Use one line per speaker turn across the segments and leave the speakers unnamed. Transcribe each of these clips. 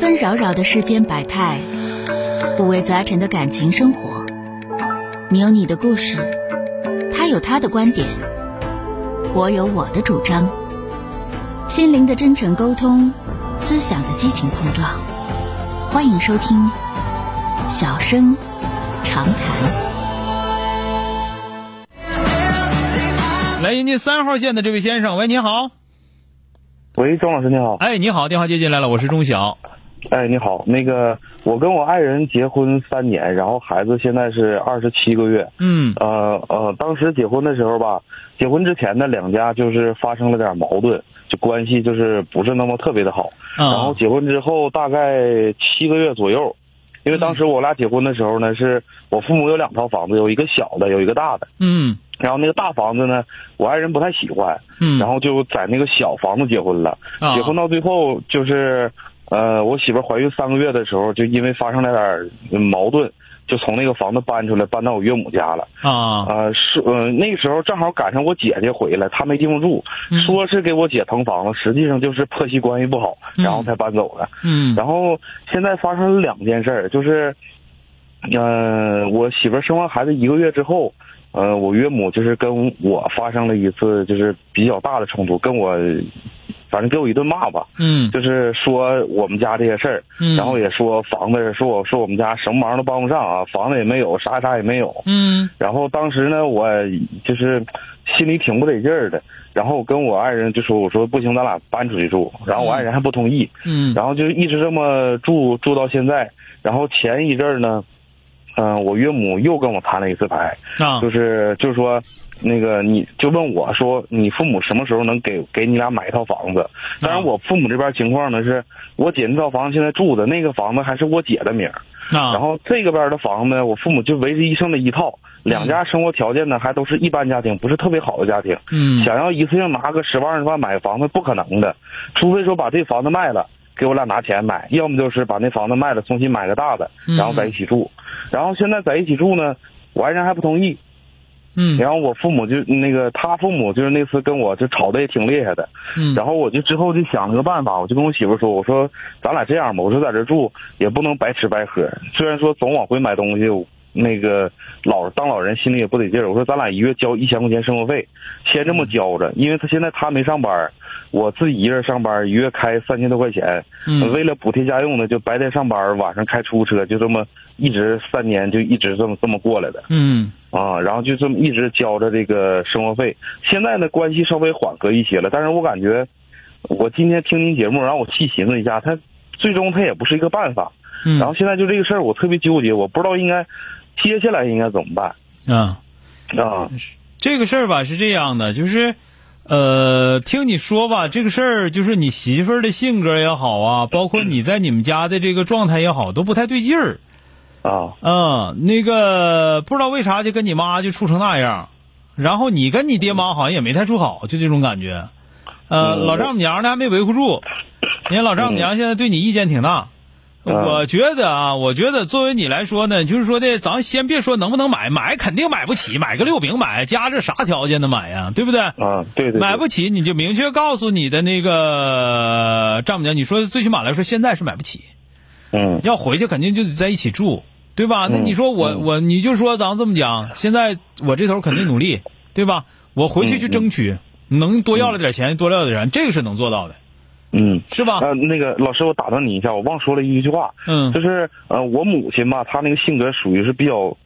纷扰扰的世间百态，五味杂陈的感情生活。你有你的故事，他有他的观点，我有我的主张。心灵的真诚沟通，思想的激情碰撞。欢迎收听《小声长谈》。
来，迎接三号线的这位先生，喂，你好。
喂，张老师你好。
哎，你好，电话接进来了，我是钟晓。
哎，你好，那个我跟我爱人结婚三年，然后孩子现在是二十七个月。
嗯
呃呃，当时结婚的时候吧，结婚之前呢，两家就是发生了点矛盾，就关系就是不是那么特别的好。然后
啊
结婚之后大概七个月左右，因为当时我俩结婚的时候呢，是我父母有两套房子，有一个小的，有一个大的。
嗯
然后那个大房子呢，我爱人不太喜欢，
嗯，
然后就在那个小房子结婚了。
啊
结婚到最后就是，呃，我媳妇儿怀孕三个月的时候，就因为发生了点儿矛盾，就从那个房子搬出来，搬到我岳母家了。
啊，
呃，是，呃，那个时候正好赶上我姐姐回来，她没地方住，
嗯
说是给我姐腾房子，实际上就是婆媳关系不好，
嗯
然后才搬走的。
嗯
然后现在发生了两件事儿，就是，呃，我媳妇儿生完孩子一个月之后，呃，我岳母就是跟我发生了一次就是比较大的冲突，跟我，反正给我一顿骂吧，
嗯
就是说我们家这些事儿，
嗯，
然后也说房子，说我说我们家什么忙都帮不上啊，房子也没有，啥啥也没有。
嗯
然后当时呢，我就是心里挺不得劲儿的，然后我跟我爱人就说，我说不行，咱俩搬出去住。然后我爱人还不同意，
嗯，
然后就一直这么住住到现在。然后前一阵儿呢，嗯、我岳母又跟我摊了一次牌，
啊
就是就是说，那个你就问我说，你父母什么时候能给给你俩买一套房
啊
子？当然，我父母这边情况呢是，我姐那套房现在住的那个房子还是我姐的名儿，
啊，
然后这个边儿的房子呢，我父母就为时一生的一套，两家生活条件呢还都是一般家庭，不是特别好的家庭。
嗯
想要一次性拿个十万二十万买房子不可能的，除非说把这房子卖了，给我俩拿钱买，要么就是把那房子卖了，重新买个大的，
嗯
然后在一起住。然后现在在一起住呢，我爱人还不同意，
嗯，
然后我父母就那个他父母就是那次跟我就吵得也挺厉害的，
嗯
然后我就之后就想了个办法，我就跟我媳妇说，我说咱俩这样吧，我说在这住也不能白吃白喝，虽然说总往回买东西，我那个老当老人心里也不得劲儿。我说咱俩一月交一千块钱生活费，先这
嗯
么交着，因为他现在他没上班儿，我自己一人上班儿，一月开三千多块钱，
嗯
为了补贴家用呢，就白天上班儿，晚上开出租车，就这么一直三年就一直这么这么过来的。
嗯
啊，然后就这么一直交着这个生活费。现在呢，关系稍微缓和一些了，但是我感觉，我今天听您节目，让我细寻思一下，他最终他也不是一个办法。
嗯，
然后现在就这个事儿，我特别纠结，我不知道应该接下来应该怎么办
啊，
啊。
这个事儿吧是这样的，就是。呃，听你说吧，这个事儿就是你媳妇儿的性格也好啊，包括你在你们家的这个状态也好，都不太对劲儿。
啊
嗯，那个不知道为啥就跟你妈就处成那样，然后你跟你爹妈好像也没太处好，就这种感觉。呃，
嗯
老丈母娘呢还没维护住，你看老丈母娘现在对你意见挺大。
嗯
我觉得啊，我觉得作为你来说呢，就是说的，咱先别说能不能买，买肯定买不起，买个六饼买，家这啥条件能买呀，对不对？
啊，对对对，
买不起你就明确告诉你的那个丈母娘，你说最起码来说现在是买不起，
嗯
要回去肯定就得在一起住，对吧？那
嗯
你说我、
嗯
我你就说咱这么讲，现在我这头肯定努力，对吧？我回去去争取，能多要了点钱，多要点钱，这个是能做到的，
嗯。
是吧？
呃，那个老师，我打断你一下，我忘说了一句话，
啊嗯
就是呃，我母亲吧，她那个性格属于是比较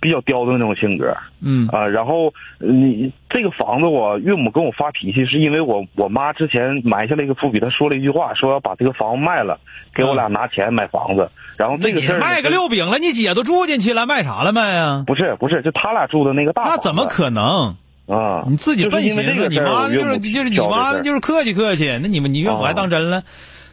比较刁的那种性格，
嗯
啊，然后你这个房子我，岳母跟我发脾气，是因为我我妈之前埋下了一个伏笔，她说了一句话，说要把这个房子卖了，给我俩拿钱买房子。然后这
嗯
个
你
事儿
卖个六饼了，你姐都住进去了，卖啥了卖啊？
不是不是，就他俩住的那个大房
那
子，
怎么可能？
啊？
你自己
就
笨
是因
寻
为这
思，
个
你
事儿，
妈
我岳
就是
母
就是你妈就是客气客气，那你们你岳母
啊
还当真了。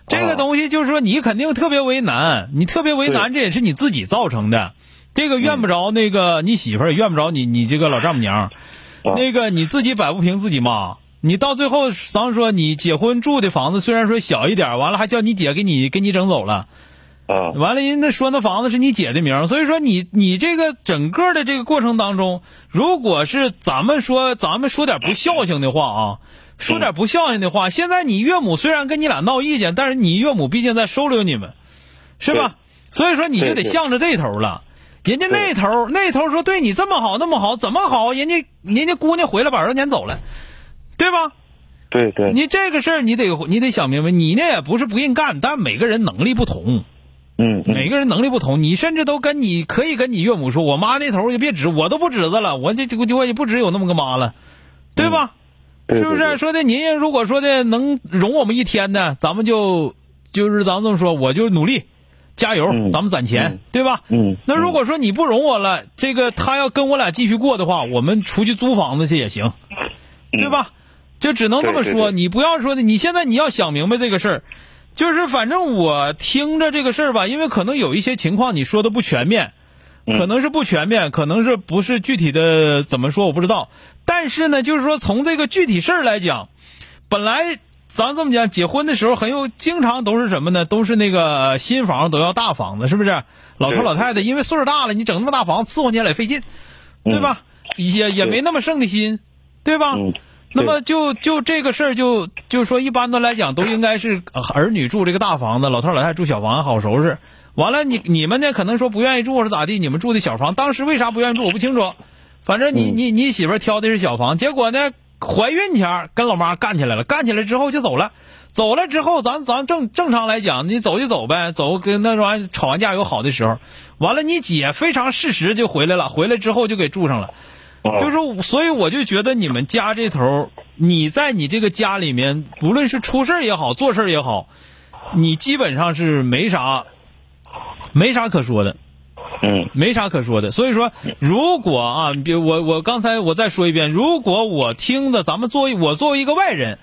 这个东西就是说，你肯定特别为难，你特别为难，这也是你自己造成的。这个
嗯
怨不着那个你媳妇儿，怨不着你你这个老丈母
啊
娘，那个你自己摆不平自己妈。你到最后，咱们说你结婚住的房子虽然说小一点儿，完了还叫你姐给你给你整走了，
啊
完了，人家说那房子是你姐的名儿，所以说你你这个整个的这个过程当中，如果是咱们说咱们说点不孝敬的话啊，说点不孝敬的话，现在你岳母虽然跟你俩闹意见，但是你岳母毕竟在收留你们，是吧？所以说你就得
对对
向着这头了。人家那头那头说对你这么好那么好怎么好？人家人家姑娘回来把儿子撵走了，对吧？
对对，
你这个事儿你得你得想明白，你呢也不是不愿意干，但每个人能力不同，
嗯嗯
每个人能力不同。你甚至都跟你可以跟你岳母说，我妈那头就别指，我都不指着了，我这这我也不只有那么个妈了，对吧？
对，
是不
对
是？？说的您如果说的能容我们一天呢，咱们就就是咱们这么说，我就努力，加油，
嗯
咱们攒钱，
嗯
对吧？
嗯
那如果说你不容我了，这个他要跟我俩继续过的话，我们出去租房子去也行，对吧？就只能这么
嗯对对
说，
对
你不要说的，你现在你要想明白这个事儿，就是反正我听着这个事儿吧，因为可能有一些情况你说的不全面，可能是不全面，可能是不是具体的怎么说我不知道，但是呢，就是说从这个具体事儿来讲，本来咱这么讲，结婚的时候很有，经常都是什么呢？都是那个呃新房都要大房子，是不是？老头
对
老太太因为岁数大了，你整那么大房子伺候你也来费劲，对吧？也也
对
没那么剩的心，对吧？
嗯，
那
对
么就就这个事儿，就就说一般的来讲，都应该是呃儿女住这个大房子，老头老太太住小房子好收拾。完了，你你们呢，可能说不愿意住或者咋地，你们住的小房，当时为啥不愿意住我不清楚。反正你
嗯
你你媳妇儿挑的是小房，结果呢，怀孕前儿跟老妈干起来了，干起来之后就走了，走了之后咱咱正正常来讲，你走就走呗，走跟那玩意儿吵完架有好的时候，完了你姐非常适时就回来了，回来之后就给住上了。
哦
就是我，所以我就觉得你们家这头儿，你在你这个家里面，无论是出事儿也好，做事儿也好，你基本上是没啥，没啥可说的，
嗯
没啥可说的。所以说，如果啊，别我我刚才我再说一遍，如果我听的，咱们作为我作为一个外人，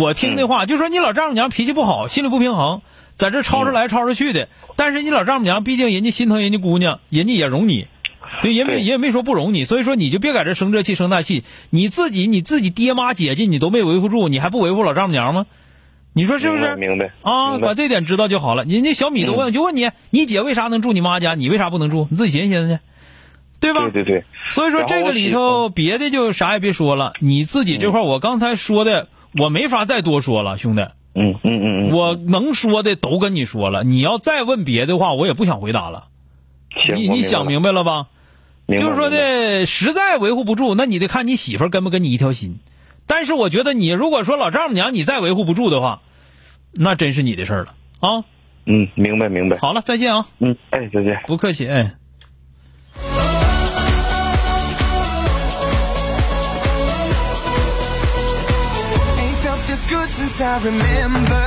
我听的话，就说你老丈母娘脾气不好，心里不平衡，在这吵着来吵着去的，但是你老丈母娘毕竟人家心疼人家姑娘，人家也容你。对，也没
对
也没说不容你，所以说你就别在这生这气生那气，你自己你自己爹妈姐姐你都没维护住，你还不维护老丈母娘吗？你说是不是？
明白明白
啊，
明白嗯
把这点知道就好了。人家小米都问，就问你，你姐为啥能住你妈家，你为啥不能住？你自己寻思寻思去，对吧？
对对对，
所以说
然后
这个
我嗯
里
媳
头别的就啥也别说了，你自己这块儿我刚才说的，我没法再多说了，兄弟，
嗯嗯嗯嗯，
我能说的都跟你说了，你要再问别的话，我也不想回答了。
行
你
我
你想
明
明白了吧？
白了，
就是说
明白，
呢，实在维护不住，那你得看你媳妇儿跟不跟你一条心。但是我觉得你如果说老丈母娘你再维护不住的话，那真是你的事儿了啊！
嗯，明白明白，
好了，再见啊，
嗯，哎，再见。
不客气，哎。
Ain't felt this good since I remember.